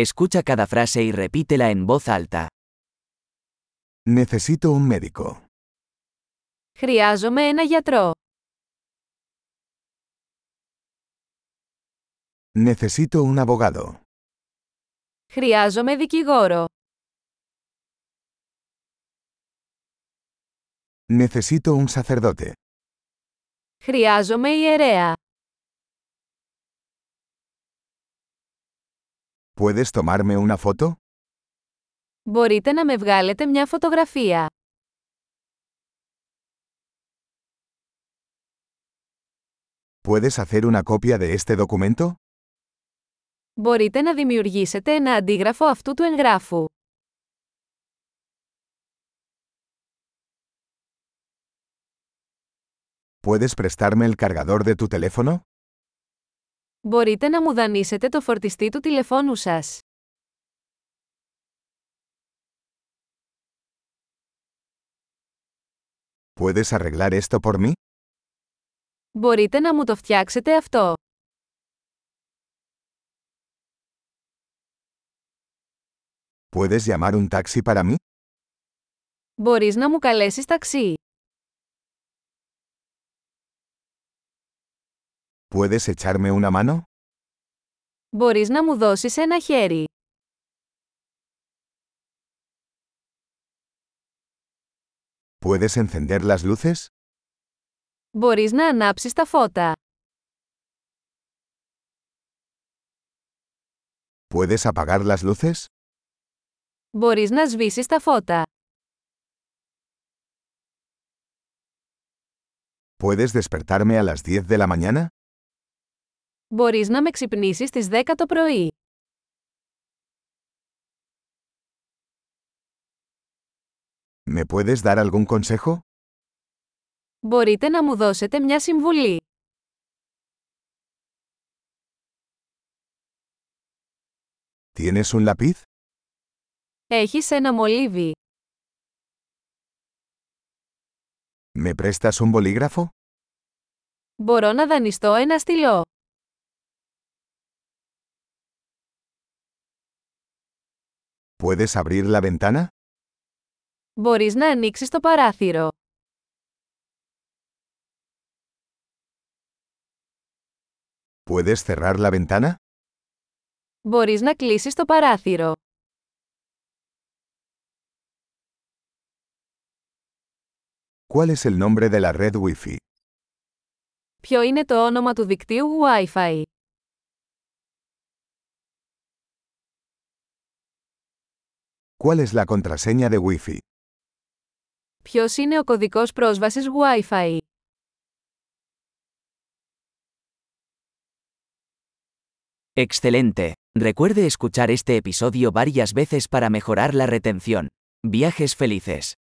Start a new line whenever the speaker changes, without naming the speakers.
Escucha cada frase y repítela en voz alta.
Necesito un médico.
Χρειάζομαι ένα γιατρό.
Necesito un abogado.
Χρειάζομαι δικηγόρο.
Necesito un sacerdote.
Χρειάζομαι ιερέα.
¿Puedes tomarme una foto?
Μπορείτε να με βγάλετε μια φωτογραφία.
¿Puedes hacer una copia de este documento?
Μπορείτε να δημιουργήσετε ένα αντίγραφο αυτού του εγγράφου.
¿Puedes prestarme el cargador de tu teléfono?
Μπορείτε να μου δανείσετε το φορτιστή του τηλεφώνου σας.
¿Puedes arreglar esto por mí?
Μπορείτε να μου το φτιάξετε αυτό.
¿Puedes llamar un taxi para mí?
Μπορείς να μου καλέσεις ταξί.
¿Puedes echarme una mano?
Μπορείς να μου δώσεις ένα χέρι.
¿Puedes encender las luces?
Μπορείς να ανάψεις τα φώτα.
¿Puedes apagar las luces?
Μπορείς να σβήσεις τα φώτα.
¿Puedes despertarme a las 10 de la mañana?
Μπορείς να με ξυπνήσεις στις 10 το πρωί.
¿Me puedes dar algún consejo?
Μπορείτε να μου δώσετε μια συμβουλή.
¿Tienes un lápiz?
Έχεις ένα μολύβι.
¿Me prestas un bolígrafo?
Μπορώ να δανειστώ ένα στυλό.
¿Puedes abrir la ventana?
Μπορείς να ανοίξεις το παράθυρο.
¿Puedes cerrar la ventana?
Μπορείς να κλείσεις το παράθυρο.
¿Cuál es el nombre de la red Wi-Fi?
Ποιο είναι το όνομα του δικτύου Wi-Fi.
¿Cuál es la contraseña de Wi-Fi?
Ποιος είναι ο κωδικός πρόσβασης Wi-Fi.
Excelente. Recuerde escuchar este episodio varias veces para mejorar la retención. Viajes felices.